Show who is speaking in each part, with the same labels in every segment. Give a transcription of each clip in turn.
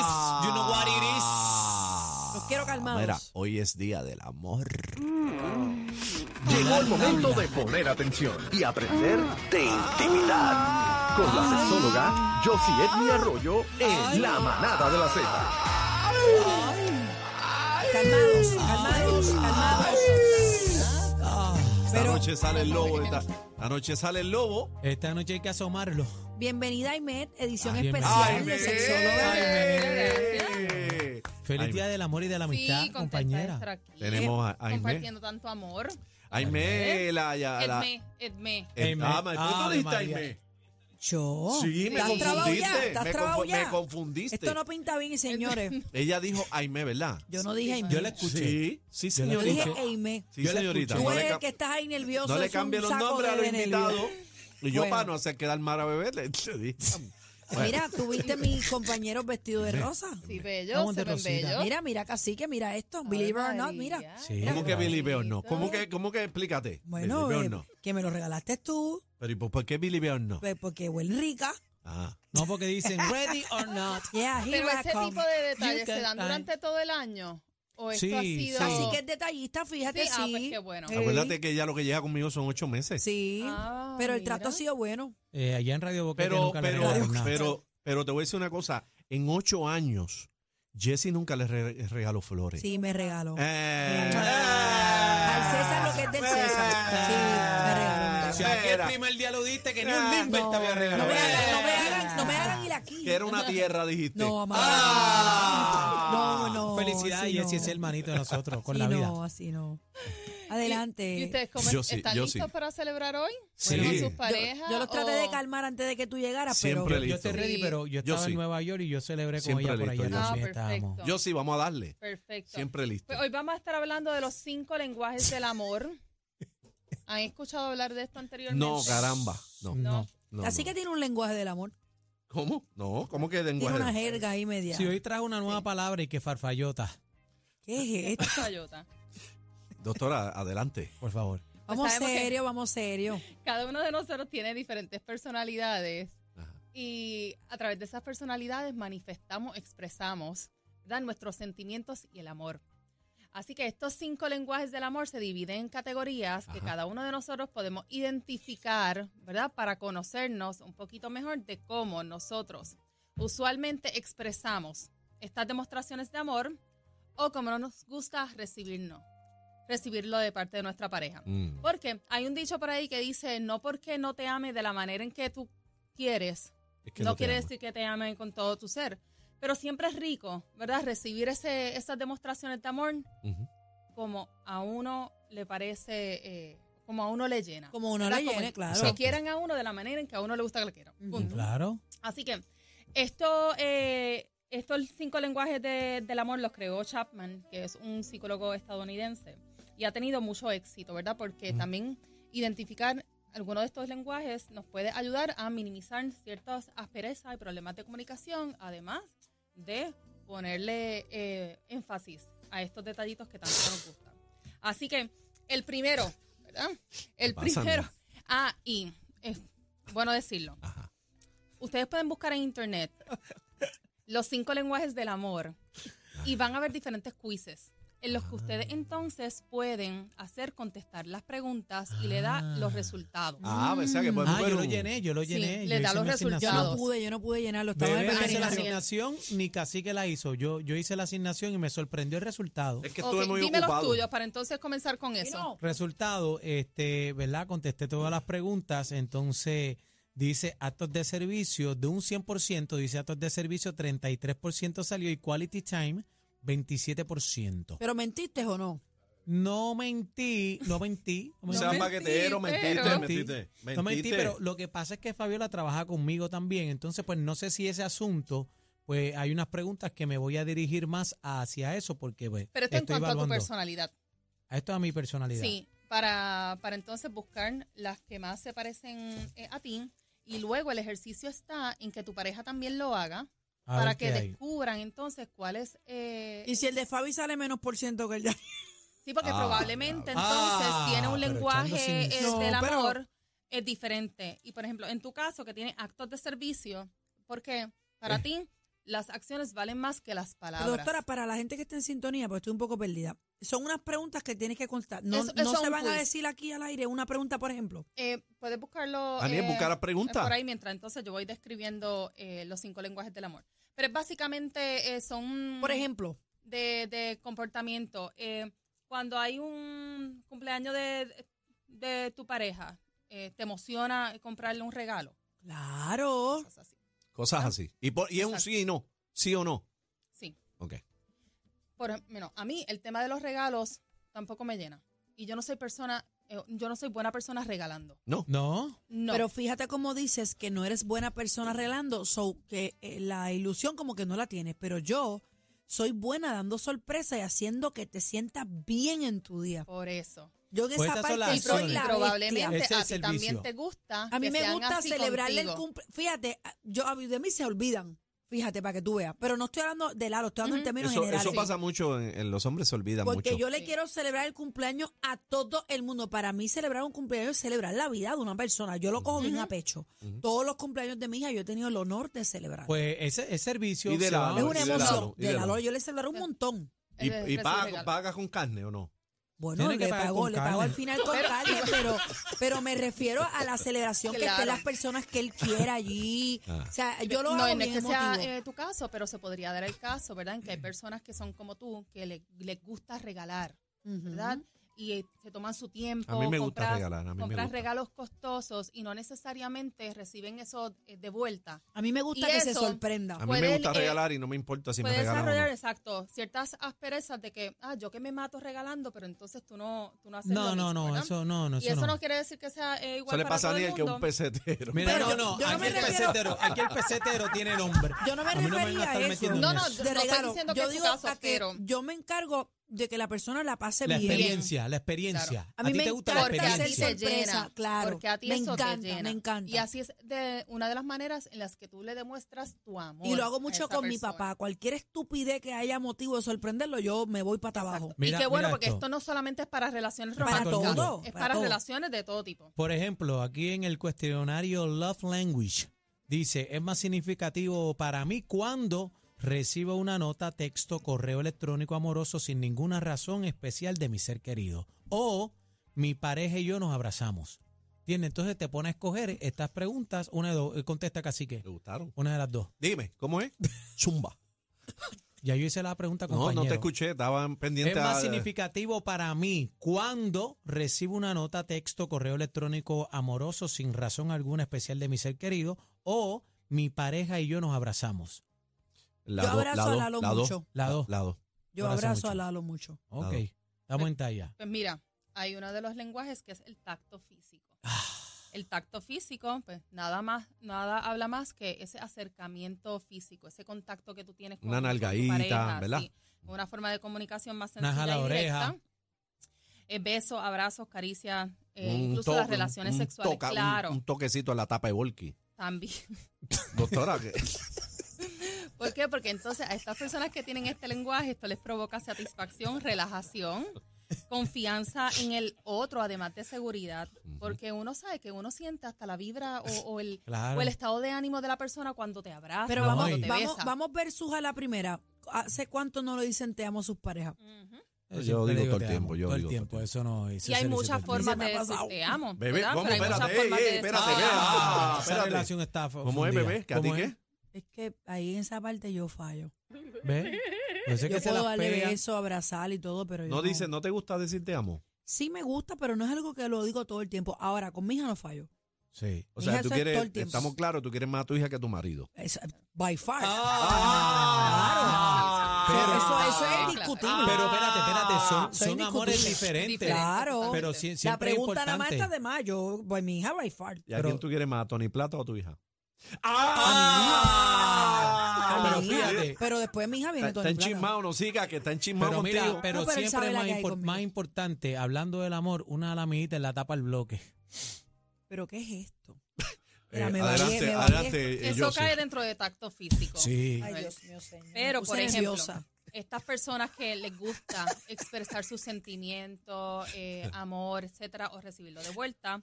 Speaker 1: You know what it is.
Speaker 2: Los quiero calmados.
Speaker 3: Ah. Mira, hoy es día del amor.
Speaker 4: Llegó el momento de poner atención y aprender de intimidad con la sexóloga Josie Edmi Arroyo en La Manada de la Z.
Speaker 2: Calmados, calmados, calmados.
Speaker 3: Esta
Speaker 2: Pero-
Speaker 3: noche sale el lobo. Esta, esta noche sale el lobo.
Speaker 1: Esta noche hay que asomarlo.
Speaker 2: Bienvenida a IMED, edición
Speaker 1: Ay,
Speaker 2: especial de
Speaker 3: Imed.
Speaker 2: sexóloga.
Speaker 3: Ay,
Speaker 1: Feliz
Speaker 3: Ay,
Speaker 1: día del amor y de la
Speaker 5: Sí,
Speaker 1: amistad,
Speaker 5: contenta de estar
Speaker 1: compañera.
Speaker 5: aquí,
Speaker 3: Tenemos a Aime.
Speaker 5: compartiendo tanto amor.
Speaker 3: Aime, la. ya- la-
Speaker 5: Edme, Edme.
Speaker 3: el-
Speaker 1: Aime.
Speaker 3: ah, ma, ¿Tú
Speaker 1: Ave
Speaker 3: te diste
Speaker 1: María.
Speaker 3: Aime?
Speaker 2: Yo.
Speaker 3: Sí, me
Speaker 2: Oh, ¿Estás trabado ya?
Speaker 3: confundiste.
Speaker 2: ¿Estás
Speaker 3: Me,
Speaker 2: trabado
Speaker 3: confu-
Speaker 2: ya?
Speaker 3: me confundiste.
Speaker 2: Esto no pinta bien, señores.
Speaker 3: Ella dijo Aime, ¿verdad?
Speaker 2: Yo no dije
Speaker 1: Yo
Speaker 2: IMED.
Speaker 1: la escuché.
Speaker 3: Sí, sí,
Speaker 1: Yo la
Speaker 2: Yo dije
Speaker 3: señorita.
Speaker 1: escuché.
Speaker 2: IMED.
Speaker 3: Sí,
Speaker 1: Yo la
Speaker 3: señorita.
Speaker 1: escuché.
Speaker 2: Tú
Speaker 3: No
Speaker 2: eres
Speaker 3: le,
Speaker 2: el que
Speaker 3: ca-
Speaker 2: estás ahí nervioso.
Speaker 3: no le
Speaker 2: es un
Speaker 3: cambie los
Speaker 2: saco
Speaker 3: nombres a
Speaker 2: de
Speaker 3: los
Speaker 2: nervios.
Speaker 3: invitados. Y yo,
Speaker 2: Bueno.
Speaker 3: para no hacer quedar mal a bebé, le, le dije. Bueno.
Speaker 2: Mira, tuviste mis compañeros vestidos de rosa.
Speaker 5: Sí,
Speaker 1: Vamos
Speaker 5: bello,
Speaker 1: de
Speaker 5: se ven
Speaker 1: Rosita.
Speaker 5: bellos.
Speaker 2: Mira, mira, cacique, mira esto.
Speaker 5: Ay,
Speaker 2: Believe it or not,
Speaker 5: María.
Speaker 2: mira.
Speaker 1: Sí.
Speaker 2: Mira,
Speaker 3: ¿Cómo que
Speaker 5: Ay,
Speaker 3: Billy Bear no? ¿Cómo que,
Speaker 5: bonito.
Speaker 3: cómo que explícate?
Speaker 2: Bueno,
Speaker 3: Billy
Speaker 2: eh,
Speaker 3: Bear no.
Speaker 2: que me lo regalaste tú,
Speaker 3: Pero ¿y por por qué Billy Bear no?
Speaker 2: pues, porque huele rica.
Speaker 3: Ah,
Speaker 1: No, porque dicen ready or not.
Speaker 2: Yeah, here
Speaker 5: Pero
Speaker 2: I
Speaker 5: ese
Speaker 2: come.
Speaker 5: tipo de
Speaker 1: You
Speaker 5: detalles
Speaker 1: can
Speaker 5: se dan
Speaker 1: find-
Speaker 5: durante todo el año. O esto
Speaker 1: Sí,
Speaker 5: ha
Speaker 1: sí.
Speaker 5: sido.
Speaker 2: Así que es detallista, fíjate, sí.
Speaker 5: Sí, ah, pues qué bueno.
Speaker 2: Eh,
Speaker 3: Acuérdate que ella lo que lleva conmigo son ocho meses.
Speaker 2: Sí,
Speaker 5: Ah,
Speaker 2: pero el
Speaker 5: mira.
Speaker 2: trato ha sido bueno.
Speaker 1: Eh, allá en Radio Boca
Speaker 3: Pero,
Speaker 1: nunca le
Speaker 3: pero,
Speaker 1: regalaron nada. Eh.
Speaker 3: pero, pero te voy a decir una cosa. En ocho años, Jesse nunca le re- regaló flores.
Speaker 2: Sí, me regaló.
Speaker 3: Eh,
Speaker 2: Sí.
Speaker 3: eh,
Speaker 2: Al César lo que es del César. Sí, me regaló.
Speaker 1: Si aquí el
Speaker 3: Mira.
Speaker 1: primer día lo diste, que ni
Speaker 3: Ah.
Speaker 1: un limber te
Speaker 2: No
Speaker 1: había regalado.
Speaker 2: me hagan, no me hagan, no me hagan ir aquí.
Speaker 3: que era una tierra, dijiste.
Speaker 2: No, amado.
Speaker 3: Ah.
Speaker 2: No, no.
Speaker 1: Felicidades,
Speaker 2: así
Speaker 1: Jessy,
Speaker 2: no.
Speaker 1: es el manito de nosotros con
Speaker 2: Así
Speaker 1: la vida.
Speaker 2: no, así no.
Speaker 5: ¿Y-
Speaker 2: Adelante.
Speaker 5: ¿Y ustedes comen-
Speaker 3: Yo sí,
Speaker 5: están
Speaker 3: yo
Speaker 5: listos
Speaker 3: sí.
Speaker 5: para celebrar hoy?
Speaker 1: Sí.
Speaker 5: Con sus
Speaker 3: Yo-
Speaker 2: Yo-
Speaker 5: parejas.
Speaker 2: Yo, los traté
Speaker 5: o-
Speaker 2: de calmar antes de que tú llegaras,
Speaker 3: Siempre
Speaker 2: pero
Speaker 1: Yo
Speaker 3: listo.
Speaker 1: estoy ready,
Speaker 5: Sí.
Speaker 1: pero yo
Speaker 3: Yo
Speaker 1: estaba
Speaker 3: sí.
Speaker 1: en Nueva York y yo celebré con
Speaker 3: Siempre
Speaker 1: ella por
Speaker 3: listo,
Speaker 1: allá
Speaker 3: yo
Speaker 5: sí.
Speaker 1: también.
Speaker 5: Ah,
Speaker 1: estábamos.
Speaker 5: perfecto.
Speaker 3: Yo sí, vamos a darle.
Speaker 5: Perfecto.
Speaker 3: Siempre listo.
Speaker 5: Pues hoy vamos a estar hablando de los cinco lenguajes del amor. ¿Han escuchado hablar de esto anteriormente?
Speaker 3: No, caramba. No.
Speaker 1: No.
Speaker 5: No.
Speaker 3: no,
Speaker 2: Así
Speaker 3: no.
Speaker 2: que tiene un lenguaje del amor.
Speaker 3: ¿Cómo? No, ¿cómo que
Speaker 2: Tiene
Speaker 3: lenguaje?
Speaker 2: una jerga ahí media.
Speaker 1: Si hoy trajo una nueva palabra y que farfallota,
Speaker 2: ¿Qué es esto?
Speaker 5: Toyota.
Speaker 3: Doctora, adelante.
Speaker 1: por favor.
Speaker 2: Vamos
Speaker 5: sabemos que-
Speaker 2: serio, vamos serio.
Speaker 5: Cada uno de nosotros tiene diferentes personalidades
Speaker 3: Ajá.
Speaker 5: y a través de esas personalidades manifestamos, expresamos ¿verdad? nuestros sentimientos y el amor. Así que estos cinco lenguajes del amor se dividen en categorías que
Speaker 3: Ajá.
Speaker 5: cada uno de nosotros podemos identificar, ¿verdad? Para conocernos un poquito mejor de cómo nosotros usualmente expresamos estas demostraciones de amor o cómo nos gusta recibirnos, recibirlo de parte de nuestra pareja.
Speaker 3: Mm.
Speaker 5: Porque hay un dicho por ahí que dice, no porque no te ame de la manera en que tú quieres,
Speaker 3: Es que
Speaker 5: no,
Speaker 3: te
Speaker 5: quiere
Speaker 3: ama.
Speaker 5: decir que te amen con todo tu ser. Pero siempre es rico, ¿verdad? Recibir ese, esas demostraciones de amor
Speaker 3: Ujú.
Speaker 5: como a uno le parece, eh, como a uno le llena.
Speaker 2: Como uno
Speaker 5: ¿Verdad?
Speaker 2: le llene,
Speaker 5: el-
Speaker 2: claro.
Speaker 5: Que quieran a uno de la manera en que a uno le gusta que le quieran.
Speaker 2: Ujú.
Speaker 5: Punto.
Speaker 1: Claro.
Speaker 5: Así que esto, eh, estos cinco lenguajes de- del amor los creó Chapman, que es un psicólogo estadounidense, y ha tenido mucho éxito, ¿verdad? Porque
Speaker 3: Mm.
Speaker 5: también identificar alguno de estos lenguajes nos puede ayudar a minimizar ciertas asperezas y problemas de comunicación, además de ponerle eh, énfasis a estos detallitos que tanto nos gustan. Así que el primero, ¿verdad? El
Speaker 3: pasa,
Speaker 5: primero.
Speaker 3: amiga?
Speaker 5: Ah, y es bueno decirlo.
Speaker 3: Ajá.
Speaker 5: Ustedes pueden buscar en internet los cinco lenguajes del amor y van a ver diferentes quizzes en los que ustedes entonces pueden hacer contestar las preguntas y le da los resultados.
Speaker 3: Ah, o sea que podemos
Speaker 1: Ah,
Speaker 3: ver
Speaker 1: yo lo
Speaker 3: un-
Speaker 1: llené, yo lo
Speaker 5: Sí,
Speaker 1: llené.
Speaker 5: le
Speaker 1: yo
Speaker 5: da
Speaker 1: hice
Speaker 5: los
Speaker 1: una
Speaker 5: resultados.
Speaker 2: Yo no
Speaker 1: asignación.
Speaker 2: puede, yo no pude llenarlo. Estaba en
Speaker 1: Bebé no hizo la
Speaker 2: veterinario.
Speaker 5: asignación.
Speaker 1: asignación, ni casi que la hizo. Yo, yo hice la asignación y me sorprendió el resultado.
Speaker 3: Es que
Speaker 5: Ok,
Speaker 3: estuve muy
Speaker 5: dime los
Speaker 3: ocupado.
Speaker 5: tuyos para entonces comenzar con eso.
Speaker 2: No,
Speaker 1: Resultado, este, ¿verdad? Contesté todas las preguntas, entonces dice actos de servicio de un 100%, dice actos de servicio 33% salió y quality time 27%.
Speaker 2: pero mentiste o no.
Speaker 1: No mentí, no mentí.
Speaker 3: O
Speaker 1: No mentí.
Speaker 3: sea,
Speaker 5: No
Speaker 3: paquetero,
Speaker 5: mentí,
Speaker 3: mentiste,
Speaker 5: pero-
Speaker 3: mentiste. Mentiste.
Speaker 1: No mentí, pero lo que pasa es que Fabiola trabaja conmigo también, entonces pues no sé si ese asunto, pues hay unas preguntas que me voy a dirigir más hacia eso porque pues,
Speaker 5: Pero esto en
Speaker 1: estoy
Speaker 5: cuanto a tu
Speaker 1: evaluando.
Speaker 5: personalidad.
Speaker 1: A esto es a mi personalidad.
Speaker 5: Sí, para, para entonces buscar las que más se parecen eh, a ti. Y luego el ejercicio está en que tu pareja también lo haga
Speaker 1: A
Speaker 5: para
Speaker 1: ver
Speaker 5: que
Speaker 1: qué hay.
Speaker 5: descubran entonces cuáles... eh,
Speaker 2: Y si el de Fabi sale menos por ciento que el de...
Speaker 5: Sí, porque
Speaker 3: Ah,
Speaker 5: probablemente
Speaker 3: ah,
Speaker 5: entonces
Speaker 1: ah,
Speaker 5: tiene un
Speaker 1: pero
Speaker 5: lenguaje
Speaker 1: echando
Speaker 5: eh,
Speaker 2: sin- No,
Speaker 5: del
Speaker 2: pero-
Speaker 5: amor es diferente. Y por ejemplo, en tu caso que tiene actos de servicio, porque para
Speaker 1: Eh.
Speaker 5: ti Las acciones valen más que las palabras.
Speaker 2: Doctora, para la gente que está en sintonía, porque estoy un poco perdida, son unas preguntas que tienes que contestar. No,
Speaker 5: Eso-
Speaker 2: no
Speaker 5: eso es
Speaker 2: se
Speaker 5: un
Speaker 2: van a
Speaker 5: quiz.
Speaker 2: decir aquí al aire una pregunta, por ejemplo.
Speaker 5: Eh, Puedes buscarlo.
Speaker 3: Daniel,
Speaker 5: eh,
Speaker 3: busca la pregunta.
Speaker 5: Por ahí mientras entonces yo voy describiendo eh, los cinco lenguajes del amor. Pero es básicamente eh, son
Speaker 2: Por ejemplo,
Speaker 5: de, de comportamiento. Eh, cuando hay un cumpleaños de, de tu pareja, eh, ¿te emociona comprarle un regalo?
Speaker 2: claro.
Speaker 5: Cosas así.
Speaker 3: Cosas así. Y, por- y es un
Speaker 5: Exacto.
Speaker 3: sí y no. Sí o no.
Speaker 5: Sí.
Speaker 3: Ok.
Speaker 5: Por ejemplo, bueno, a mí el tema de los regalos tampoco me llena. Y yo no soy persona, eh, yo no soy buena persona regalando.
Speaker 3: No.
Speaker 1: No.
Speaker 5: No.
Speaker 2: Pero fíjate cómo dices que no eres buena persona arreglando, so que eh, la ilusión como que no la tienes, pero yo soy buena dando sorpresa y haciendo que te sientas bien en tu día.
Speaker 5: por eso.
Speaker 2: Yo en
Speaker 1: Pues
Speaker 2: esa
Speaker 1: esas son las
Speaker 2: parte soy
Speaker 1: acciones.
Speaker 2: la bestia.
Speaker 5: probablemente
Speaker 1: Ese
Speaker 5: a
Speaker 1: es
Speaker 5: ti
Speaker 1: el vicio.
Speaker 5: también te gusta.
Speaker 2: A mí
Speaker 5: que
Speaker 2: me
Speaker 5: sean
Speaker 2: gusta
Speaker 5: así
Speaker 2: celebrarle el
Speaker 5: contigo.
Speaker 2: cumpleaños. Fíjate, ah, yo a mí de mí se olvidan. Fíjate, para que tú veas. Pero no estoy hablando de Lalo, estoy hablando en
Speaker 5: Ujú.
Speaker 2: términos
Speaker 3: Eso,
Speaker 2: generales.
Speaker 3: eso pasa mucho. En, en los hombres se olvida
Speaker 2: porque
Speaker 3: mucho.
Speaker 2: yo le
Speaker 5: Sí.
Speaker 2: quiero celebrar el cumpleaños a todo el mundo. Para mí celebrar un cumpleaños es celebrar la vida de una persona. Yo lo cojo bien a pecho. Todos los cumpleaños de mi hija yo he tenido el honor de celebrar.
Speaker 1: Pues ese es servicio.
Speaker 3: Y de
Speaker 1: se
Speaker 3: la-
Speaker 1: va-
Speaker 2: es una
Speaker 3: y de
Speaker 2: emoción.
Speaker 3: Lalo, y
Speaker 2: de
Speaker 3: de
Speaker 2: Lalo
Speaker 3: Lalo.
Speaker 2: yo le celebré un montón.
Speaker 5: Eh,
Speaker 3: Y, y
Speaker 5: recibe
Speaker 3: paga,
Speaker 5: regalo.
Speaker 3: paga con carne o no.
Speaker 2: Bueno,
Speaker 1: Tiene que
Speaker 2: le
Speaker 1: pagar
Speaker 2: pagó,
Speaker 1: con
Speaker 2: le pagó al
Speaker 1: carne.
Speaker 2: final con carne, pero, pero me refiero a la celebración que estén
Speaker 5: Claro.
Speaker 2: las personas que él quiera allí.
Speaker 3: Ah.
Speaker 2: O sea, yo lo
Speaker 5: no,
Speaker 2: hago
Speaker 5: no es
Speaker 2: bien
Speaker 5: que sea
Speaker 2: emotivo.
Speaker 5: eh, tu caso, pero se podría dar el caso, ¿verdad? En que hay
Speaker 2: Mm.
Speaker 5: personas que son como tú, que le- les gusta regalar,
Speaker 2: Ujú.
Speaker 5: ¿verdad? Y eh, se toman su tiempo.
Speaker 3: A mí me gusta
Speaker 5: compras,
Speaker 3: regalar, a mí me
Speaker 5: compras
Speaker 3: gusta.
Speaker 5: regalos costosos y no necesariamente reciben eso eh, de vuelta.
Speaker 2: A mí me gusta
Speaker 5: Y
Speaker 2: que se
Speaker 5: eso-
Speaker 2: sorprenda.
Speaker 3: A mí me
Speaker 5: Puede-
Speaker 3: gusta
Speaker 5: eh,
Speaker 3: regalar y no me importa si me
Speaker 5: Puede
Speaker 3: regalan o
Speaker 5: desarrollar,
Speaker 3: no.
Speaker 5: exacto, ciertas asperezas de que, ah, yo que me mato regalando, pero entonces tú no, tú no haces
Speaker 1: No, no,
Speaker 5: lo mismo,
Speaker 1: no,
Speaker 5: ¿verdad?
Speaker 1: eso no, no,
Speaker 5: y
Speaker 1: eso,
Speaker 5: eso no.
Speaker 1: no.
Speaker 5: quiere decir que sea eh, igual
Speaker 3: Eso le
Speaker 5: para
Speaker 3: pasa a
Speaker 5: todo el
Speaker 3: Daniel que es
Speaker 5: mundo.
Speaker 3: un pesetero.
Speaker 1: Mira,
Speaker 2: Pero
Speaker 1: no, no,
Speaker 2: yo no
Speaker 1: aquí
Speaker 2: me
Speaker 1: el
Speaker 2: refiero-
Speaker 1: pesetero, aquí el pesetero tiene el hombre.
Speaker 2: Yo no me
Speaker 1: A mí no me van a
Speaker 2: refería
Speaker 1: estar
Speaker 2: a eso.
Speaker 1: metiendo en
Speaker 5: No, no,
Speaker 1: eso.
Speaker 5: yo- no estoy diciendo que
Speaker 2: yo
Speaker 5: es tu
Speaker 2: digo
Speaker 5: caso,
Speaker 2: a que
Speaker 5: pero-
Speaker 2: yo me encargo de que la persona la pase
Speaker 1: La
Speaker 2: bien.
Speaker 1: experiencia, la experiencia.
Speaker 5: Claro.
Speaker 1: A,
Speaker 2: A mí
Speaker 1: ti
Speaker 2: me
Speaker 1: te gusta la
Speaker 5: porque a ti
Speaker 1: experiencia.
Speaker 5: te
Speaker 2: sorpresa,
Speaker 5: llena.
Speaker 2: claro.
Speaker 5: Porque a ti
Speaker 2: Me
Speaker 5: eso te
Speaker 2: encanta,
Speaker 5: llena.
Speaker 2: me encanta.
Speaker 5: Y así es de una de las maneras en las que tú le demuestras tu amor.
Speaker 2: Y lo hago
Speaker 5: a
Speaker 2: mucho
Speaker 5: esa
Speaker 2: con mi
Speaker 5: persona.
Speaker 2: papá. Cualquier estupidez que haya motivo de sorprenderlo, yo me voy para abajo.
Speaker 1: Mira,
Speaker 5: y qué bueno,
Speaker 1: mira
Speaker 5: porque
Speaker 1: esto.
Speaker 5: esto. no solamente es para relaciones
Speaker 2: Para
Speaker 5: románticas,
Speaker 2: todo,
Speaker 5: es
Speaker 2: para
Speaker 5: para,
Speaker 2: todo.
Speaker 5: relaciones de todo tipo.
Speaker 1: Por ejemplo, aquí en el cuestionario Love Language dice, es más significativo para mí cuando recibo una nota, texto, correo electrónico amoroso sin ninguna razón especial de mi ser querido. O mi pareja y yo nos abrazamos. ¿Entiendes? Entonces te pone a escoger estas preguntas, una de dos, eh, contesta cacique,
Speaker 3: ¿Le gustaron?
Speaker 1: una de las dos.
Speaker 3: Dime, ¿cómo es? Zumba.
Speaker 1: Ya yo hice la pregunta,
Speaker 3: No,
Speaker 1: compañero.
Speaker 3: no te escuché, estaban pendientes
Speaker 1: Es más
Speaker 3: a-
Speaker 1: significativo para mí cuando recibo una nota, texto, correo electrónico amoroso sin razón alguna especial de mi ser querido o mi pareja y yo nos abrazamos.
Speaker 3: La
Speaker 2: yo
Speaker 3: do-
Speaker 2: abrazo
Speaker 3: la
Speaker 2: a
Speaker 3: do-
Speaker 2: Lalo
Speaker 3: la do-
Speaker 2: mucho.
Speaker 1: La dos.
Speaker 3: La dos.
Speaker 2: Yo
Speaker 1: abrazo
Speaker 2: abrazo a
Speaker 1: mucho.
Speaker 2: Lalo mucho.
Speaker 1: Ok,
Speaker 3: Claro.
Speaker 2: Eh,
Speaker 1: estamos en talla.
Speaker 5: Pues mira, hay uno de los lenguajes que es el tacto físico.
Speaker 3: Ah.
Speaker 5: El tacto físico, pues nada más, nada habla más que ese acercamiento físico, ese contacto que tú tienes con
Speaker 3: Una
Speaker 5: con tu
Speaker 3: nalgadita,
Speaker 5: pareja,
Speaker 3: ¿verdad?
Speaker 5: sí. una forma de comunicación más
Speaker 1: Una
Speaker 5: sencilla y
Speaker 1: jala
Speaker 5: directa.
Speaker 1: oreja.
Speaker 5: Eh, besos, abrazos, caricias, eh,
Speaker 3: Un
Speaker 5: incluso
Speaker 3: to-
Speaker 5: las relaciones
Speaker 3: un
Speaker 5: sexuales,
Speaker 3: toca- un-
Speaker 5: claro,
Speaker 3: Un, toquecito a la tapa de Volky.
Speaker 5: también.
Speaker 3: Doctora, que-
Speaker 5: ¿Por qué? Porque entonces a estas personas que tienen este lenguaje, esto les provoca satisfacción, relajación, confianza en el otro, además de seguridad. Porque uno sabe que uno siente hasta la vibra o, o el,
Speaker 1: Claro.
Speaker 5: o el estado de ánimo de la persona cuando te abraza,
Speaker 2: Pero
Speaker 1: No,
Speaker 2: vamos,
Speaker 5: cuando
Speaker 1: y-
Speaker 5: te
Speaker 2: vamos,
Speaker 5: besa.
Speaker 2: vamos versus a la primera. ¿Hace cuánto no lo dicen te amo a sus parejas?
Speaker 5: Ujú.
Speaker 3: digo
Speaker 1: Yo siempre
Speaker 3: todo el
Speaker 1: te
Speaker 3: tiempo,
Speaker 1: amo,
Speaker 3: yo
Speaker 1: todo el
Speaker 3: digo todo el
Speaker 1: tiempo, eso no es.
Speaker 5: Y hay
Speaker 1: eso no
Speaker 5: muchas
Speaker 1: existe.
Speaker 5: formas
Speaker 2: me
Speaker 5: de
Speaker 2: ha
Speaker 5: decir
Speaker 2: pasado.
Speaker 5: te amo.
Speaker 3: Bebé,
Speaker 5: ¿verdad?
Speaker 3: ¿cómo?
Speaker 5: Pero hay muchas
Speaker 3: Espérate,
Speaker 5: formas
Speaker 3: ey,
Speaker 5: de
Speaker 3: ey,
Speaker 5: decir-
Speaker 3: espérate, ve,
Speaker 1: Ah,
Speaker 3: Ah,
Speaker 1: Esa
Speaker 3: espérate.
Speaker 1: relación está
Speaker 3: ¿cómo es,
Speaker 1: fundida.
Speaker 3: bebé? ¿Que a ti
Speaker 1: ¿Cómo es?
Speaker 3: qué?
Speaker 2: Es que ahí en esa parte yo fallo.
Speaker 1: ¿Ve? Pues es que
Speaker 2: Yo
Speaker 1: se
Speaker 2: puedo
Speaker 1: las
Speaker 2: darle
Speaker 1: pega.
Speaker 2: beso, abrazar y todo, pero yo
Speaker 3: No dice, ¿no te gusta decir te amo?
Speaker 2: Sí me gusta, pero no es algo que lo digo todo el tiempo. Ahora, con mi hija no fallo.
Speaker 1: Sí.
Speaker 3: O
Speaker 2: Mi
Speaker 3: sea,
Speaker 2: hija
Speaker 3: tú
Speaker 2: eso es todo
Speaker 3: quieres,
Speaker 2: el tiempo.
Speaker 3: estamos claros, tú quieres más a tu hija que a tu marido.
Speaker 2: Es- by far.
Speaker 1: Ah,
Speaker 2: Claro.
Speaker 1: pero-
Speaker 2: eso, eso es
Speaker 5: Ah,
Speaker 2: indiscutible. Ah.
Speaker 1: Pero espérate, espérate, son,
Speaker 2: Soy
Speaker 1: son amores
Speaker 2: indiscutible.
Speaker 1: diferentes.
Speaker 2: Claro.
Speaker 1: Pero si-
Speaker 2: la
Speaker 1: siempre es
Speaker 2: pregunta nada más está
Speaker 1: importante.
Speaker 2: de más. Yo, pues, mi hija by far.
Speaker 3: ¿Y a
Speaker 1: Pero-
Speaker 3: quién tú quieres más, a Tony Plata o a tu hija?
Speaker 2: A Ah, mi
Speaker 1: pero
Speaker 2: hija.
Speaker 1: fíjate.
Speaker 2: Pero después mi hija
Speaker 3: Está,
Speaker 2: viene
Speaker 3: Ah, está
Speaker 2: toda en plata.
Speaker 3: enchismado, no siga, que está enchismado
Speaker 1: Pero mira,
Speaker 3: contigo.
Speaker 1: pero,
Speaker 2: No, pero él
Speaker 1: siempre
Speaker 2: sabe la
Speaker 1: más,
Speaker 2: que hay
Speaker 1: impor-
Speaker 2: conmigo.
Speaker 1: más importante, hablando del amor, una lamiguita en la tapa del bloque.
Speaker 2: Pero ¿qué es esto?
Speaker 3: Eh,
Speaker 2: Mira, me valié,
Speaker 3: adelante,
Speaker 2: me valié.
Speaker 3: adelante, eh,
Speaker 5: Eso
Speaker 3: Yossi.
Speaker 5: cae dentro de tacto físico.
Speaker 1: Sí.
Speaker 2: Ay, Dios mío, señor. me
Speaker 5: Pero,
Speaker 2: puse
Speaker 5: por ejemplo,
Speaker 2: nerviosa.
Speaker 5: estas personas que les gusta expresar sus sentimientos, eh, amor, etcétera, o recibirlo de vuelta,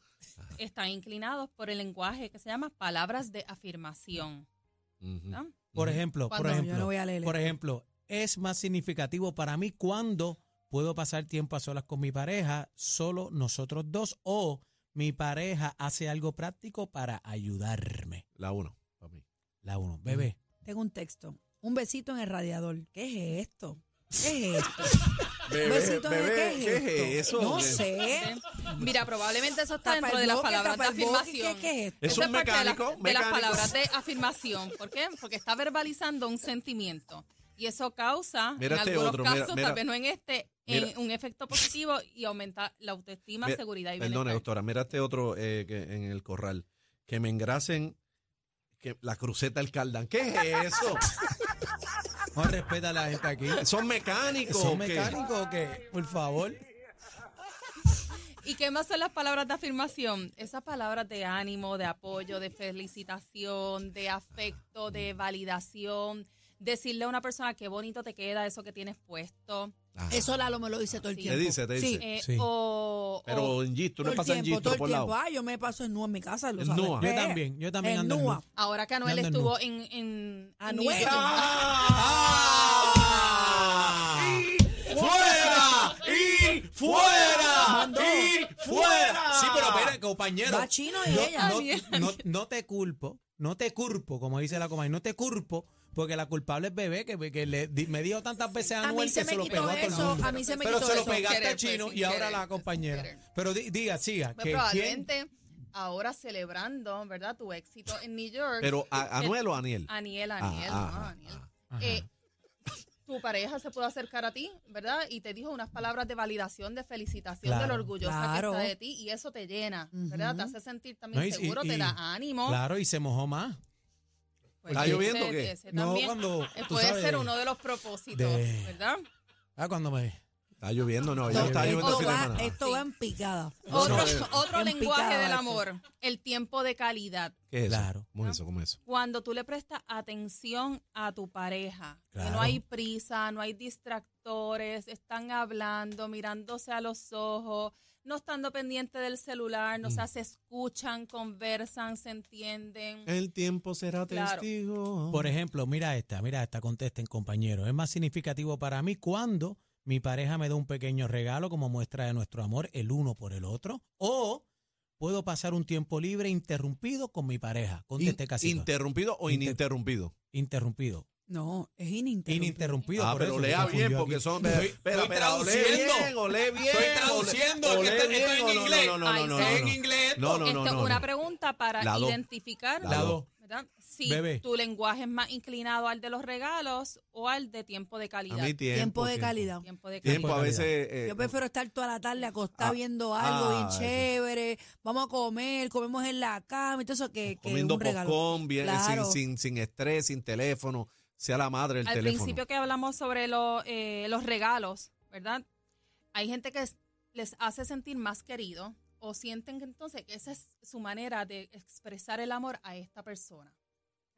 Speaker 5: están inclinados por el lenguaje que se llama palabras de afirmación.
Speaker 3: Ujú.
Speaker 5: ¿no?
Speaker 1: Por
Speaker 3: Ujú.
Speaker 1: ejemplo, por
Speaker 5: Cuando yo
Speaker 1: ejemplo,
Speaker 2: no voy a leer
Speaker 1: por
Speaker 2: esto.
Speaker 1: ejemplo, es más significativo para mí cuando puedo pasar tiempo a solas con mi pareja, solo nosotros dos, o mi pareja hace algo práctico para ayudarme.
Speaker 3: La uno, para mí.
Speaker 1: La uno, bebé.
Speaker 2: Tengo un texto. Un besito en el radiador. ¿Qué es esto? ¿Qué es esto? Un
Speaker 3: Bebé,
Speaker 2: besito en el
Speaker 3: bebé,
Speaker 2: ¿qué es
Speaker 3: ¿qué es
Speaker 2: esto?
Speaker 3: eso?
Speaker 2: No
Speaker 3: Bebé?
Speaker 2: sé.
Speaker 5: Mira, probablemente eso está
Speaker 2: Tapa
Speaker 5: dentro
Speaker 2: el
Speaker 5: de las
Speaker 2: boque,
Speaker 5: palabras de
Speaker 2: tapa el boque,
Speaker 5: afirmación.
Speaker 2: ¿qué- qué es esto?
Speaker 3: Es
Speaker 5: Eso
Speaker 3: un
Speaker 5: parte de las-
Speaker 3: mecánico,
Speaker 5: de las
Speaker 3: mecánico.
Speaker 5: palabras de afirmación. ¿Por qué? Porque está verbalizando un sentimiento. Y eso causa,
Speaker 3: Mira
Speaker 5: en
Speaker 3: este
Speaker 5: algunos
Speaker 3: otro, mira,
Speaker 5: casos,
Speaker 3: mira.
Speaker 5: tal vez no en este, en
Speaker 3: Mira.
Speaker 5: un efecto positivo y aumenta la autoestima,
Speaker 3: Mira,
Speaker 5: seguridad y
Speaker 3: Perdone,
Speaker 5: bienestar.
Speaker 3: doctora, mira este otro eh, que, en el corral. Que me engrasen que la cruceta del caldán. ¿Qué es eso?
Speaker 1: No respeta a la gente aquí.
Speaker 3: Son mecánicos.
Speaker 1: ¿Son
Speaker 3: ¿o qué?
Speaker 1: mecánicos o qué? Por favor.
Speaker 5: ¿Y qué más son las palabras de afirmación? Esas palabras de ánimo, de apoyo, de felicitación, de afecto,
Speaker 3: Mm.
Speaker 5: de validación. Decirle a una persona qué bonito te queda eso que tienes puesto.
Speaker 3: Ajá.
Speaker 2: Eso Lalo me lo dice todo el
Speaker 5: Sí.
Speaker 2: tiempo.
Speaker 3: Te dice, te
Speaker 2: Sí,
Speaker 3: dice.
Speaker 5: Eh,
Speaker 1: Sí.
Speaker 5: O, o-
Speaker 3: Pero en Gistro, no
Speaker 2: todo el
Speaker 3: pasa en
Speaker 2: tiempo, todo
Speaker 3: Gistro por
Speaker 2: el tiempo.
Speaker 3: lado.
Speaker 2: Ah, yo me paso en Nua en mi casa. Lo
Speaker 3: En
Speaker 2: sabes.
Speaker 3: Nua.
Speaker 1: Yo
Speaker 2: Eh,
Speaker 1: también, yo también
Speaker 2: en
Speaker 1: ando en
Speaker 2: Nua.
Speaker 1: Nua.
Speaker 5: ahora que Anuel
Speaker 1: Ando en
Speaker 5: estuvo
Speaker 1: nu.
Speaker 5: en... en
Speaker 2: Anuel.
Speaker 3: Ah. ¡Fuera! ¡Y fuera! ¡Y fuera!
Speaker 1: Sí, pero espera, compañero.
Speaker 2: Va chino y ella.
Speaker 1: no, no, no, no te culpo, no te culpo, como dice la comadre, no te culpo, porque la culpable es bebé, que, que le, di- me dijo tantas veces a
Speaker 2: A mí
Speaker 1: Anuel
Speaker 2: se
Speaker 1: que
Speaker 2: me
Speaker 1: se lo
Speaker 2: quitó
Speaker 1: pegó a todo el
Speaker 2: eso.
Speaker 1: mundo.
Speaker 2: A mí se me
Speaker 1: Pero
Speaker 2: quitó
Speaker 1: se lo
Speaker 2: eso.
Speaker 5: pegó.
Speaker 1: pegaste
Speaker 5: Sin
Speaker 1: a
Speaker 5: querer,
Speaker 1: Chino
Speaker 5: pues, sin
Speaker 1: y ahora
Speaker 5: querer,
Speaker 1: la
Speaker 5: sin
Speaker 1: compañera.
Speaker 5: querer.
Speaker 1: Pero di- diga, siga. que
Speaker 5: Pues
Speaker 1: quién-
Speaker 5: probablemente ahora celebrando, ¿verdad? Tu éxito en New York. Eh,
Speaker 3: Pero ¿a- Anuel o Aniel.
Speaker 5: Aniel,
Speaker 3: Ah,
Speaker 5: Aniel,
Speaker 3: ah,
Speaker 5: no,
Speaker 3: ah,
Speaker 5: Aniel.
Speaker 3: ah.
Speaker 1: Ajá.
Speaker 5: Eh, tu pareja se pudo acercar a ti, ¿verdad? Y te dijo unas palabras de validación, de felicitación, de
Speaker 1: Claro.
Speaker 5: lo orgullosa
Speaker 2: Claro.
Speaker 5: que está de ti, y eso te llena, ¿verdad? Te
Speaker 2: Ujú.
Speaker 5: hace sentir
Speaker 1: No,
Speaker 5: también
Speaker 1: y- y-
Speaker 5: seguro,
Speaker 1: y-
Speaker 5: te da ánimo.
Speaker 1: Claro, y se mojó más.
Speaker 5: Pues
Speaker 3: ¿Está
Speaker 5: ese-
Speaker 3: lloviendo o qué?
Speaker 5: ese
Speaker 1: No,
Speaker 5: también,
Speaker 1: cuando,
Speaker 5: eh,
Speaker 1: tú
Speaker 5: puede
Speaker 1: sabes,
Speaker 5: ser
Speaker 1: de-
Speaker 5: uno de los propósitos,
Speaker 1: de-
Speaker 5: ¿verdad?
Speaker 1: Ah, cuando me...
Speaker 3: Está lloviendo, no, este, ya
Speaker 1: No,
Speaker 3: está
Speaker 1: que
Speaker 3: lloviendo el
Speaker 2: esto,
Speaker 3: fin de
Speaker 2: va,
Speaker 3: semana.
Speaker 2: esto va en picada.
Speaker 3: No,
Speaker 5: otro
Speaker 3: no,
Speaker 5: otro
Speaker 2: en
Speaker 5: lenguaje
Speaker 2: picada
Speaker 5: del
Speaker 2: esto.
Speaker 5: amor, el tiempo de calidad.
Speaker 3: ¿Qué es eso?
Speaker 1: Claro.
Speaker 3: ¿Cómo es eso? ¿Cómo es eso?
Speaker 5: cuando tú le prestas atención a tu pareja, que
Speaker 1: Claro.
Speaker 5: no hay prisa, no hay distractores, están hablando, mirándose a los ojos, no estando pendiente del celular, no, o sea,
Speaker 3: Mm.
Speaker 5: se escuchan, conversan, se entienden.
Speaker 3: El tiempo será
Speaker 5: Claro.
Speaker 3: testigo.
Speaker 1: Por ejemplo, mira esta, mira esta, contesten compañero. Es más significativo para mí cuando mi pareja me da un pequeño regalo como muestra de nuestro amor el uno por el otro o puedo pasar un tiempo libre interrumpido con mi pareja. Conteste
Speaker 3: In-
Speaker 1: casi.
Speaker 3: ¿Interrumpido o
Speaker 1: Inter-
Speaker 3: ininterrumpido?
Speaker 1: interrumpido.
Speaker 2: No, es ininterrumpido.
Speaker 1: Ininterrumpido.
Speaker 3: Ah,
Speaker 1: por
Speaker 3: pero
Speaker 1: eso
Speaker 3: lea
Speaker 1: se confundió
Speaker 3: bien porque
Speaker 1: aquí.
Speaker 3: son.
Speaker 1: Estoy-
Speaker 3: Espera,
Speaker 1: estoy
Speaker 3: espera, o lee
Speaker 1: traduciendo.
Speaker 3: bien, o lee bien. o
Speaker 1: Estoy
Speaker 3: lee-
Speaker 1: traduciendo,
Speaker 3: o
Speaker 1: que
Speaker 3: lee
Speaker 1: esto- esto
Speaker 3: bien, o
Speaker 1: en
Speaker 3: no,
Speaker 1: inglés.
Speaker 3: No, no,
Speaker 5: Ay,
Speaker 3: no, no,
Speaker 5: sí.
Speaker 3: no,
Speaker 5: En
Speaker 3: no.
Speaker 1: inglés
Speaker 3: No, no, no,
Speaker 5: Esto,
Speaker 3: no.
Speaker 5: una
Speaker 3: no.
Speaker 5: pregunta para
Speaker 3: La dos.
Speaker 5: identificar
Speaker 1: La
Speaker 3: Claro.
Speaker 1: dos.
Speaker 5: ¿verdad? si
Speaker 1: Bebé.
Speaker 5: tu lenguaje es más inclinado al de los regalos o al de tiempo de
Speaker 3: A
Speaker 5: calidad.
Speaker 3: mí tiempo.
Speaker 2: Tiempo de calidad.
Speaker 5: Tiempo de calidad.
Speaker 3: Tiempo a veces. eh,
Speaker 2: Yo prefiero estar toda la tarde acostada
Speaker 3: Ah,
Speaker 2: viendo algo
Speaker 3: ah,
Speaker 2: bien
Speaker 3: eso.
Speaker 2: chévere. Vamos a comer, comemos en la cama y todo eso que, que es
Speaker 3: comiendo
Speaker 2: un regalo.
Speaker 3: popcorn, bien, eh,
Speaker 2: Claro.
Speaker 3: sin, sin, sin estrés, sin teléfono, sea la madre el
Speaker 5: Al
Speaker 3: teléfono.
Speaker 5: principio que hablamos sobre lo, eh, los regalos, ¿verdad? Hay gente que es- les hace sentir más querido o sienten que entonces que esa es su manera de expresar el amor a esta persona.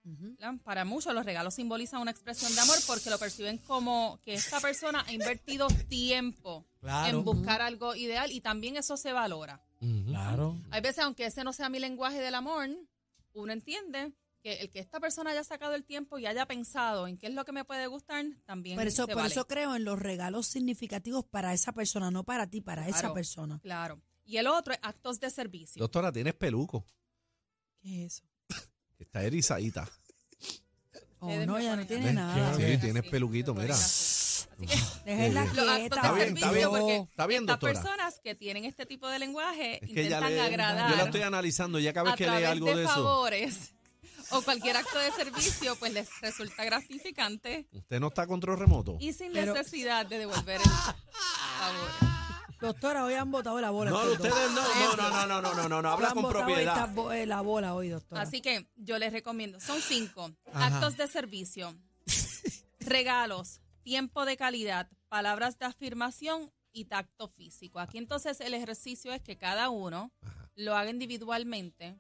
Speaker 2: Ujú.
Speaker 5: ¿verdad? Para muchos los regalos simbolizan una expresión de amor porque lo perciben como que esta persona ha invertido tiempo en
Speaker 1: Claro.
Speaker 5: buscar algo ideal y también eso se valora.
Speaker 3: Ujú.
Speaker 1: Claro.
Speaker 5: Hay veces, aunque ese no sea mi lenguaje del amor, uno entiende que el que esta persona haya sacado el tiempo y haya pensado en qué es lo que me puede gustar, también
Speaker 2: Por eso,
Speaker 5: se
Speaker 2: por
Speaker 5: vale.
Speaker 2: eso creo en los regalos significativos para esa persona, no para ti, para esa
Speaker 5: Claro.
Speaker 2: persona.
Speaker 5: Claro. Y el otro es actos de servicio.
Speaker 3: Doctora, tienes peluco.
Speaker 2: ¿Qué es eso?
Speaker 3: Está erizadita.
Speaker 2: Oh,
Speaker 5: Ustedes
Speaker 2: no,
Speaker 5: me
Speaker 2: ya no
Speaker 5: ponen
Speaker 2: tiene
Speaker 1: así.
Speaker 2: nada.
Speaker 1: Sí,
Speaker 5: Así,
Speaker 3: tienes peluquito,
Speaker 5: me
Speaker 3: mira.
Speaker 5: ponen así. Así que
Speaker 2: Déjenla
Speaker 1: ah,
Speaker 5: los actos
Speaker 2: quieta.
Speaker 5: de
Speaker 3: Está bien, está
Speaker 5: servicio,
Speaker 3: bien.
Speaker 5: porque
Speaker 3: Está bien,
Speaker 5: estas
Speaker 3: doctora.
Speaker 5: personas que tienen este tipo de lenguaje
Speaker 3: Es que ella
Speaker 5: intentan
Speaker 3: le.
Speaker 5: agradar
Speaker 3: Yo la estoy analizando. Ya cada vez
Speaker 5: a
Speaker 3: que lee
Speaker 5: través
Speaker 3: algo
Speaker 5: de,
Speaker 3: de eso.
Speaker 5: favores o cualquier acto de servicio, pues les resulta gratificante
Speaker 3: Usted no está a control remoto.
Speaker 5: y sin
Speaker 2: Pero-
Speaker 5: necesidad de devolver el favor.
Speaker 2: Doctora, hoy han botado la bola.
Speaker 3: No,
Speaker 2: estos dos.
Speaker 3: ustedes no. No, no, no, no, no, no, no, no. Habla
Speaker 2: Han
Speaker 3: con
Speaker 2: botado
Speaker 3: propiedad.
Speaker 2: esta bo- eh, la bola hoy, doctora.
Speaker 5: Así que yo les recomiendo, son cinco,
Speaker 1: Ajá.
Speaker 5: actos de servicio, regalos, tiempo de calidad, palabras de afirmación y tacto físico. Aquí entonces el ejercicio es que cada uno
Speaker 3: Ajá.
Speaker 5: lo haga individualmente,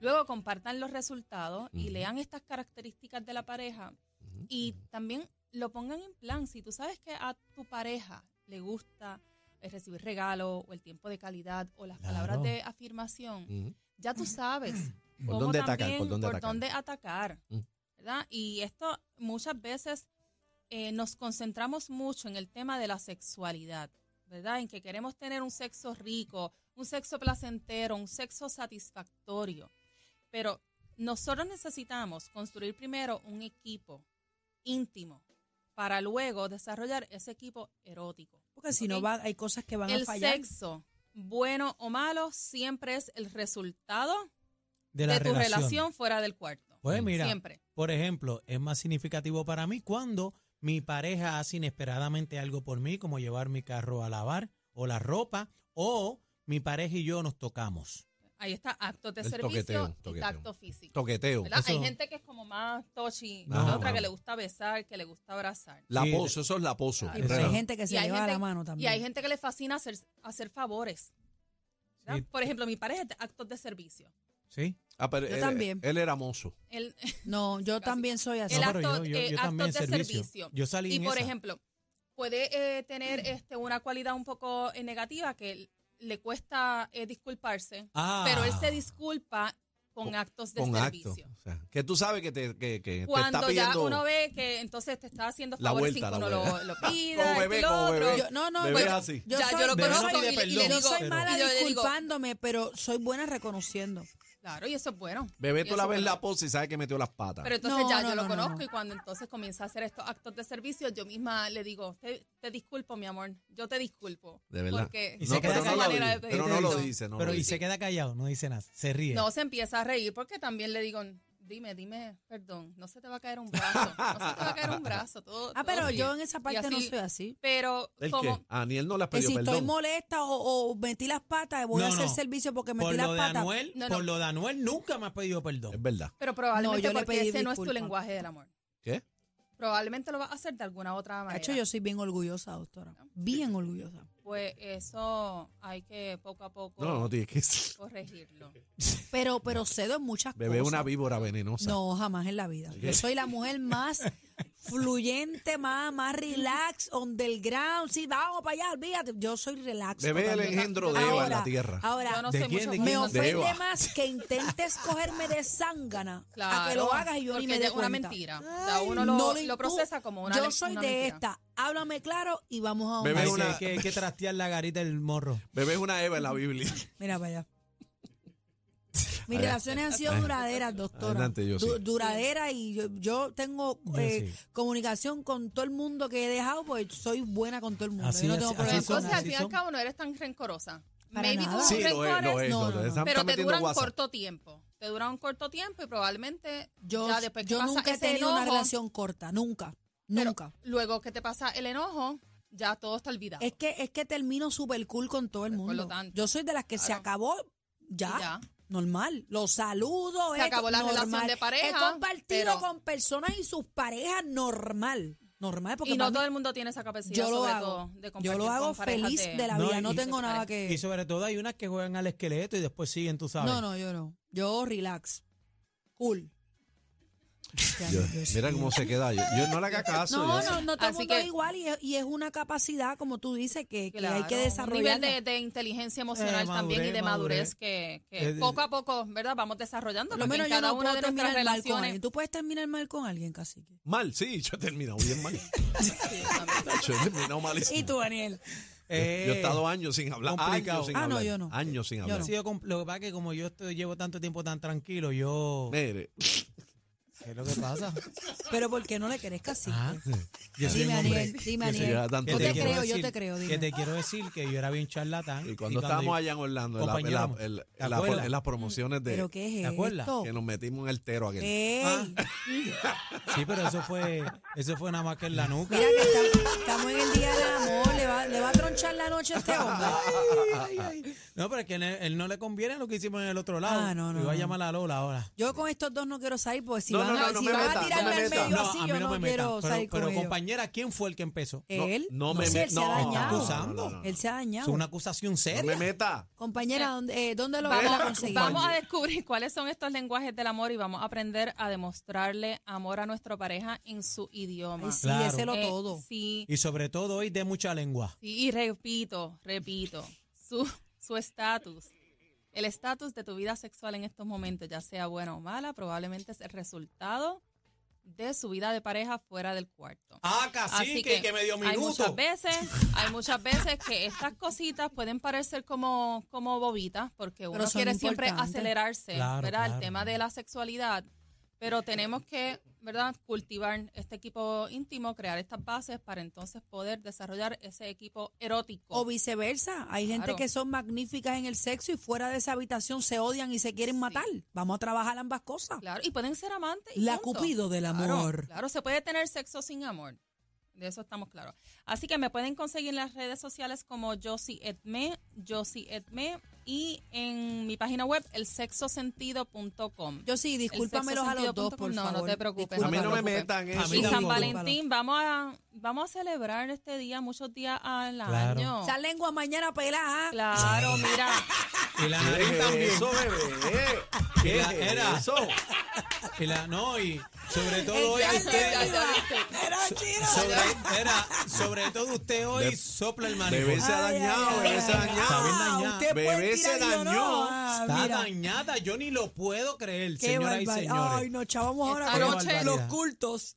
Speaker 5: luego compartan los resultados y
Speaker 3: Ujú.
Speaker 5: lean estas características de la pareja
Speaker 3: Ujú.
Speaker 5: y también lo pongan en plan. Si tú sabes que a tu pareja le gusta eh, recibir regalos o el tiempo de calidad o las palabras
Speaker 1: Claro.
Speaker 5: de afirmación,
Speaker 3: Ujú.
Speaker 5: ya tú sabes
Speaker 3: ¿Por
Speaker 5: cómo
Speaker 3: dónde atacar?
Speaker 5: también
Speaker 3: ¿Por dónde atacar?
Speaker 5: atacar.
Speaker 3: Mm.
Speaker 5: ¿verdad? Y esto muchas veces eh, nos concentramos mucho en el tema de la sexualidad, ¿verdad? En que queremos tener un sexo rico, un sexo placentero, un sexo satisfactorio. Pero nosotros necesitamos construir primero un equipo íntimo para luego desarrollar ese equipo erótico.
Speaker 2: Porque si no
Speaker 5: Ok.
Speaker 2: va, hay cosas que van a
Speaker 5: El
Speaker 2: fallar.
Speaker 5: sexo, bueno o malo, siempre es el resultado
Speaker 1: de
Speaker 5: de,
Speaker 1: la
Speaker 5: tu
Speaker 1: relación.
Speaker 5: relación fuera del cuarto.
Speaker 1: Pues mira,
Speaker 5: siempre.
Speaker 1: por ejemplo, es más significativo para mí cuando mi pareja hace inesperadamente algo por mí, como llevar mi carro a lavar o la ropa, o mi pareja y yo nos tocamos.
Speaker 5: Ahí está actos de
Speaker 3: El
Speaker 5: servicio
Speaker 3: toqueteo,
Speaker 5: y
Speaker 3: toqueteo.
Speaker 5: tacto físico.
Speaker 3: Toqueteo.
Speaker 5: ¿verdad? Hay
Speaker 1: Eso-
Speaker 5: gente que es como más tochi,
Speaker 3: No,
Speaker 5: hay otra
Speaker 3: no.
Speaker 5: que le gusta besar, que le gusta abrazar.
Speaker 3: La
Speaker 1: Sí,
Speaker 3: pozo, eso es la pozo.
Speaker 1: Ah,
Speaker 2: Y pero hay
Speaker 1: Claro.
Speaker 2: gente que se
Speaker 5: Y hay
Speaker 2: lleva la
Speaker 5: gente-
Speaker 2: mano también.
Speaker 5: Y hay gente que le fascina hacer, hacer favores. ¿verdad?
Speaker 1: Sí.
Speaker 5: Por ejemplo, mi pareja es de actos de servicio.
Speaker 1: ¿Sí?
Speaker 3: Ah, pero
Speaker 2: Yo
Speaker 3: él,
Speaker 2: también.
Speaker 3: él era mozo.
Speaker 5: Él-
Speaker 2: No, yo
Speaker 5: Casi.
Speaker 2: también soy así.
Speaker 5: El
Speaker 1: No, pero
Speaker 5: acto-
Speaker 1: yo, yo-
Speaker 5: eh,
Speaker 1: yo también
Speaker 5: actos de
Speaker 1: servicio.
Speaker 5: servicio.
Speaker 1: Yo salí
Speaker 5: y
Speaker 1: en
Speaker 5: por
Speaker 1: esa.
Speaker 5: ejemplo, puede eh, tener este, una cualidad un poco eh, negativa que le cuesta eh, disculparse,
Speaker 1: Ah.
Speaker 5: pero él se disculpa con,
Speaker 3: Con-
Speaker 5: actos de
Speaker 3: Con acto.
Speaker 5: servicio.
Speaker 3: O sea, que tú sabes que te, que, que te está
Speaker 5: Cuando ya
Speaker 3: pidiendo.
Speaker 5: uno ve que entonces te está haciendo
Speaker 3: La
Speaker 5: favores
Speaker 3: vuelta,
Speaker 5: sin que
Speaker 3: la
Speaker 5: uno lo,
Speaker 3: vuelta.
Speaker 5: lo pida,
Speaker 3: Como
Speaker 5: esto y
Speaker 3: bebé,
Speaker 5: lo
Speaker 3: como
Speaker 5: otro.
Speaker 3: bebé.
Speaker 2: Yo- no, no,
Speaker 3: Bebé
Speaker 2: yo-
Speaker 3: así.
Speaker 2: Yo,
Speaker 5: Ya,
Speaker 2: soy,
Speaker 5: yo lo
Speaker 2: yo
Speaker 1: conozco
Speaker 2: soy-
Speaker 1: y le-
Speaker 2: y le-
Speaker 1: y le
Speaker 2: yo
Speaker 1: digo-
Speaker 2: soy mala
Speaker 5: y yo le digo-
Speaker 2: disculpándome, pero soy buena reconociendo.
Speaker 5: Claro, y eso es bueno.
Speaker 3: Bebé,
Speaker 5: Y
Speaker 3: tú la
Speaker 5: eso es
Speaker 3: ves
Speaker 5: bueno.
Speaker 3: la pozo y sabes que metió las patas.
Speaker 5: Pero entonces
Speaker 2: No,
Speaker 5: ya
Speaker 2: no,
Speaker 5: yo
Speaker 2: no,
Speaker 5: lo
Speaker 2: no,
Speaker 5: conozco
Speaker 2: no.
Speaker 5: y cuando entonces comienza a hacer estos actos de servicio, yo misma le digo, te, te disculpo, mi amor, yo te disculpo.
Speaker 3: de verdad.
Speaker 5: Porque
Speaker 1: Y
Speaker 3: no,
Speaker 1: se queda
Speaker 3: pero, no
Speaker 1: callado.
Speaker 3: lo,
Speaker 5: Manera
Speaker 3: dice,
Speaker 5: de
Speaker 3: pero
Speaker 5: pedir
Speaker 3: no lo
Speaker 5: perdón.
Speaker 3: dice. No
Speaker 1: Pero
Speaker 3: lo
Speaker 1: y
Speaker 3: dice.
Speaker 1: se queda callado, no dice nada, se ríe.
Speaker 5: No se empieza a reír porque también le digo, dime, dime, perdón, no se te va a caer un brazo, no se te va a caer un brazo, todo.
Speaker 2: Ah, pero
Speaker 5: todo
Speaker 2: yo
Speaker 5: bien".
Speaker 2: en esa parte no
Speaker 5: así-
Speaker 2: soy así.
Speaker 5: Pero
Speaker 3: ¿El
Speaker 5: como
Speaker 3: qué? A Aniel no las
Speaker 2: Que
Speaker 3: pidió
Speaker 2: si estoy
Speaker 3: perdón.
Speaker 2: molesta o, o metí las patas, voy a
Speaker 1: No,
Speaker 2: hacer
Speaker 1: no.
Speaker 2: servicio porque
Speaker 1: por
Speaker 2: metí las
Speaker 1: lo de
Speaker 2: patas.
Speaker 1: Anuel,
Speaker 5: No,
Speaker 1: por
Speaker 5: no.
Speaker 1: lo de Anuel nunca me has pedido perdón.
Speaker 3: Es verdad.
Speaker 5: pero probablemente
Speaker 2: yo le
Speaker 5: porque
Speaker 2: pedí
Speaker 5: ese no es tu
Speaker 2: disculpas.
Speaker 5: lenguaje del amor.
Speaker 3: ¿Qué?
Speaker 5: Probablemente lo vas a hacer de alguna otra manera.
Speaker 2: Cacho, yo soy bien orgullosa, doctora. Bien orgullosa.
Speaker 5: Pues eso hay que poco a poco
Speaker 3: No, no tienes que
Speaker 5: corregirlo.
Speaker 2: Pero, pero cedo en muchas
Speaker 3: Bebé es
Speaker 2: cosas.
Speaker 3: una víbora venenosa.
Speaker 2: No, jamás en la vida. Yo soy la mujer más fluyente, más, más relax, on the ground. Sí, vamos para allá, olvídate. Yo soy relax.
Speaker 3: Bebé el
Speaker 2: totalmente.
Speaker 3: engendro de Eva en
Speaker 2: Ahora, ah.
Speaker 3: la tierra.
Speaker 5: Yo
Speaker 2: Ahora,
Speaker 5: no
Speaker 3: ¿De
Speaker 5: sé
Speaker 3: quién, de
Speaker 5: mucho más
Speaker 2: me
Speaker 3: quién?
Speaker 5: de-
Speaker 2: ofende
Speaker 3: Eva.
Speaker 2: más que intentes cogerme de zángana a que
Speaker 5: Claro,
Speaker 2: lo hagas y yo ni
Speaker 5: porque
Speaker 2: me
Speaker 5: es
Speaker 2: dé
Speaker 5: una
Speaker 2: cuenta.
Speaker 5: mentira. O sea,
Speaker 2: Ay,
Speaker 5: uno lo-
Speaker 2: le-
Speaker 5: lo
Speaker 2: tú-
Speaker 5: procesa como una
Speaker 2: Yo
Speaker 5: le-
Speaker 2: soy
Speaker 5: una
Speaker 2: de
Speaker 5: mentira.
Speaker 2: esta. Háblame claro y vamos a un
Speaker 3: Bebé,
Speaker 1: Así
Speaker 3: una-
Speaker 1: es que hay que trastear la garita del morro.
Speaker 3: Bebé es una Eva en la Biblia.
Speaker 2: Mira para allá. Mis
Speaker 3: Ay,
Speaker 2: relaciones han sido duraderas, doctora.
Speaker 3: Adelante, yo sí.
Speaker 2: duraderas y yo, yo tengo
Speaker 1: Yo
Speaker 2: eh,
Speaker 1: sí.
Speaker 2: comunicación con todo el mundo que he dejado, pues soy buena con todo el mundo.
Speaker 1: Así
Speaker 2: yo no
Speaker 1: es,
Speaker 2: tengo
Speaker 1: así
Speaker 2: problema
Speaker 5: Pero
Speaker 1: son,
Speaker 2: con
Speaker 5: entonces,
Speaker 2: nadie.
Speaker 5: al fin y
Speaker 1: son.
Speaker 5: al cabo, no eres tan rencorosa.
Speaker 2: Para
Speaker 5: Maybe
Speaker 2: nada.
Speaker 5: tus
Speaker 3: Sí, lo es,
Speaker 5: rencores
Speaker 3: lo es.
Speaker 2: Ah,
Speaker 3: lo
Speaker 2: No, no,
Speaker 3: es.
Speaker 2: no.
Speaker 3: Están-
Speaker 5: pero
Speaker 3: están
Speaker 5: te
Speaker 3: metiendo
Speaker 5: duran
Speaker 3: WhatsApp.
Speaker 5: corto tiempo. Te duran un corto tiempo y probablemente
Speaker 2: Yo,
Speaker 5: ya después que
Speaker 2: yo
Speaker 5: pasa
Speaker 2: nunca he
Speaker 5: ese
Speaker 2: tenido una
Speaker 5: enojo,
Speaker 2: relación corta, nunca,
Speaker 5: pero
Speaker 2: nunca.
Speaker 5: Luego que te pasa el enojo, ya todo está olvidado.
Speaker 2: Es que, es que termino súper cool con todo el
Speaker 5: Por lo
Speaker 2: mundo.
Speaker 5: tanto,
Speaker 2: yo soy de las que se
Speaker 5: claro.
Speaker 2: acabó
Speaker 5: Y
Speaker 2: ya,
Speaker 5: ya.
Speaker 2: normal. Los saludo.
Speaker 5: Se
Speaker 2: esto,
Speaker 5: acabó la relación
Speaker 2: normal.
Speaker 5: de pareja,
Speaker 2: He compartido
Speaker 5: pero-
Speaker 2: con personas y sus parejas normal. Normal, porque
Speaker 5: y no
Speaker 2: para mí-
Speaker 5: todo el mundo tiene esa capacidad
Speaker 2: yo lo
Speaker 5: sobre
Speaker 2: hago.
Speaker 5: todo, de
Speaker 2: yo
Speaker 5: compartir
Speaker 2: lo hago
Speaker 5: con parejas
Speaker 2: feliz de, la
Speaker 1: No,
Speaker 2: vida.
Speaker 1: y-
Speaker 2: no tengo
Speaker 5: y-
Speaker 2: nada
Speaker 1: Y
Speaker 2: que.
Speaker 1: sobre todo hay unas que juegan al esqueleto y después siguen, tú sabes.
Speaker 2: No, no, yo no. Yo relax. Cool. Ya,
Speaker 3: Yo-
Speaker 2: Dios
Speaker 3: mira
Speaker 2: mío.
Speaker 3: cómo se queda. Yo, yo no le haga caso.
Speaker 2: No,
Speaker 3: yo-
Speaker 2: no, no todo el
Speaker 5: Así
Speaker 2: mundo
Speaker 5: que-
Speaker 2: es igual y es, y es una capacidad, como tú dices, que, que hay
Speaker 5: Claro,
Speaker 2: que
Speaker 5: Un nivel
Speaker 2: desarrollar.
Speaker 5: de, de inteligencia emocional
Speaker 1: Eh,
Speaker 5: también y
Speaker 1: madurez,
Speaker 5: de madurez
Speaker 1: madurez.
Speaker 5: que, que
Speaker 1: Eh, eh,
Speaker 5: poco a poco, ¿verdad? Vamos desarrollando.
Speaker 2: Por lo
Speaker 5: porque en
Speaker 2: menos yo
Speaker 5: cada
Speaker 2: no
Speaker 5: una
Speaker 2: puedo
Speaker 5: de nuestras
Speaker 2: terminar mal con
Speaker 5: relaciones.
Speaker 2: alguien. Tú puedes terminar mal con alguien, cacique.
Speaker 3: Mal, sí, yo he terminado bien mal.
Speaker 5: Sí, también.
Speaker 3: Yo he terminado malísimo.
Speaker 2: Y tú, Daniel.
Speaker 1: Eh,
Speaker 3: Yo he estado años sin hablar.
Speaker 1: complicado.
Speaker 3: Años sin
Speaker 2: Ah, no,
Speaker 3: hablar.
Speaker 2: yo no.
Speaker 3: Años sin
Speaker 2: Yo
Speaker 3: hablar.
Speaker 1: ha sido compl- lo que pasa es que como yo estoy- llevo tanto tiempo tan tranquilo, yo...
Speaker 3: Mire,
Speaker 1: ¿Qué es lo que pasa?
Speaker 2: Pero ¿por qué no le crees cacique?
Speaker 1: Ah, yo soy un
Speaker 2: dime,
Speaker 1: hombre.
Speaker 2: Daniel. Dime,
Speaker 3: que se
Speaker 2: Daniel.
Speaker 3: lleva tanto
Speaker 1: Que
Speaker 2: Yo te
Speaker 3: tiempo.
Speaker 2: creo, yo te creo.
Speaker 1: Que
Speaker 2: Dime.
Speaker 1: te quiero decir que yo era bien charlatán.
Speaker 3: Y cuando
Speaker 1: yo-
Speaker 3: estábamos allá en Orlando, en, la- en la-
Speaker 1: Compañero,
Speaker 3: en la-
Speaker 1: ¿te
Speaker 3: en la-
Speaker 1: acuerdas?
Speaker 3: en las promociones
Speaker 2: ¿Pero
Speaker 3: de
Speaker 2: qué es
Speaker 1: ¿Te acuerdas? Ah.
Speaker 2: esto?
Speaker 3: que nos metimos en el tero aquel.
Speaker 2: Ey,
Speaker 3: Ah.
Speaker 1: Sí, pero eso fue, eso fue nada más que en la nuca.
Speaker 2: Mira que está- estamos en el día del amor. ¿Le va, le va a tronchar la noche a este hombre.
Speaker 1: Ay, ay, ay. No, pero es que él, él no le conviene lo que hicimos en el otro lado.
Speaker 2: Ah, no, no,
Speaker 1: Y va a
Speaker 2: no.
Speaker 1: llamar a Lola ahora.
Speaker 2: Yo con estos dos no quiero salir porque si
Speaker 3: No,
Speaker 2: van,
Speaker 3: no,
Speaker 2: a-
Speaker 3: no, no
Speaker 2: si
Speaker 3: me
Speaker 2: van
Speaker 3: metas,
Speaker 2: a
Speaker 3: no
Speaker 2: tirarme
Speaker 3: me
Speaker 2: al
Speaker 3: metas.
Speaker 2: medio
Speaker 1: no,
Speaker 2: así,
Speaker 1: a mí
Speaker 2: yo
Speaker 1: no,
Speaker 2: no,
Speaker 1: me
Speaker 2: quiero
Speaker 1: metan.
Speaker 2: salir
Speaker 1: Pero, pero
Speaker 2: con ellos.
Speaker 1: compañera, ¿quién fue el que empezó?
Speaker 3: No,
Speaker 2: Él.
Speaker 3: no me
Speaker 2: sí,
Speaker 3: met-
Speaker 2: él se ha
Speaker 3: no,
Speaker 2: dañado.
Speaker 1: acusando.
Speaker 3: no, no, no.
Speaker 2: Él se ha dañado.
Speaker 1: Es una acusación
Speaker 3: No
Speaker 1: seria.
Speaker 3: me meta.
Speaker 2: Compañera, ¿dónde, eh, dónde lo van a
Speaker 5: Vamos,
Speaker 2: conseguir?
Speaker 5: vamos a descubrir cuáles son estos lenguajes del amor y vamos a aprender a demostrarle amor a nuestra pareja en su idioma.
Speaker 2: Ay, sí,
Speaker 1: Claro.
Speaker 2: éselo
Speaker 5: Eh,
Speaker 2: todo.
Speaker 5: sí,
Speaker 1: Y sobre todo hoy de mucha lengua.
Speaker 5: sí, y repito, repito, su su estatus. El estatus de tu vida sexual en estos momentos, ya sea buena o mala, probablemente es el resultado de su vida de pareja fuera del cuarto.
Speaker 1: Ah, casi que, que me dio
Speaker 5: hay
Speaker 1: minuto.
Speaker 5: muchas veces, hay muchas veces que estas cositas pueden parecer como, como bobitas, porque uno
Speaker 2: Pero son
Speaker 5: quiere siempre
Speaker 2: importantes.
Speaker 5: acelerarse,
Speaker 1: Claro,
Speaker 5: ¿verdad?
Speaker 1: claro.
Speaker 5: El tema de la sexualidad. Pero tenemos que, ¿verdad?, cultivar este equipo íntimo, crear estas bases para entonces poder desarrollar ese equipo erótico.
Speaker 2: O viceversa, hay gente
Speaker 5: Claro.
Speaker 2: que son magníficas en el sexo y fuera de esa habitación se odian y se quieren matar. Vamos a trabajar ambas cosas.
Speaker 5: Claro, y pueden ser amantes. y
Speaker 2: La
Speaker 5: punto.
Speaker 2: cupido del
Speaker 5: Claro,
Speaker 2: amor.
Speaker 5: Claro, se puede tener sexo sin amor. De eso estamos claros. Así que me pueden conseguir en las redes sociales como Josie Edme, Josie Edme, y en mi página web, elsexosentido.com.
Speaker 2: Yo sí, discúlpamelos a los dos, por
Speaker 5: No, no
Speaker 2: favor.
Speaker 5: te preocupes.
Speaker 3: A mí no me
Speaker 5: Discúlpame.
Speaker 3: metan eso.
Speaker 1: A mí
Speaker 5: Y San
Speaker 1: tampoco.
Speaker 5: Valentín, vamos a, vamos a celebrar este día, muchos días al
Speaker 1: Claro.
Speaker 5: año.
Speaker 2: Esa lengua mañana ah. pelada.
Speaker 5: Claro, mira.
Speaker 1: Y la
Speaker 3: ¿Qué
Speaker 1: nariz también.
Speaker 3: es eso, bebé? ¿Qué
Speaker 1: Era- era.
Speaker 3: es eso?
Speaker 1: Y la, no, y sobre todo hoy
Speaker 2: Ya, ya,
Speaker 1: usted.
Speaker 2: ya, ya.
Speaker 1: Sobre, era, sobre todo usted hoy sopla el
Speaker 3: Bebé se
Speaker 1: marihuana.
Speaker 3: ha dañado, bebé se ha
Speaker 1: Está bien
Speaker 3: dañado.
Speaker 1: dañada.
Speaker 2: Ah, Usted puede
Speaker 3: Bebé se
Speaker 2: tirarlo, ¿no?
Speaker 3: dañó.
Speaker 2: Ah,
Speaker 1: Está
Speaker 2: mira.
Speaker 1: dañada, yo ni lo puedo creer,
Speaker 2: Qué
Speaker 1: señoras y
Speaker 2: barbaridad.
Speaker 1: señores.
Speaker 2: Ay, no, chavamos ahora
Speaker 5: Esta
Speaker 2: con
Speaker 5: noche-
Speaker 2: los cultos.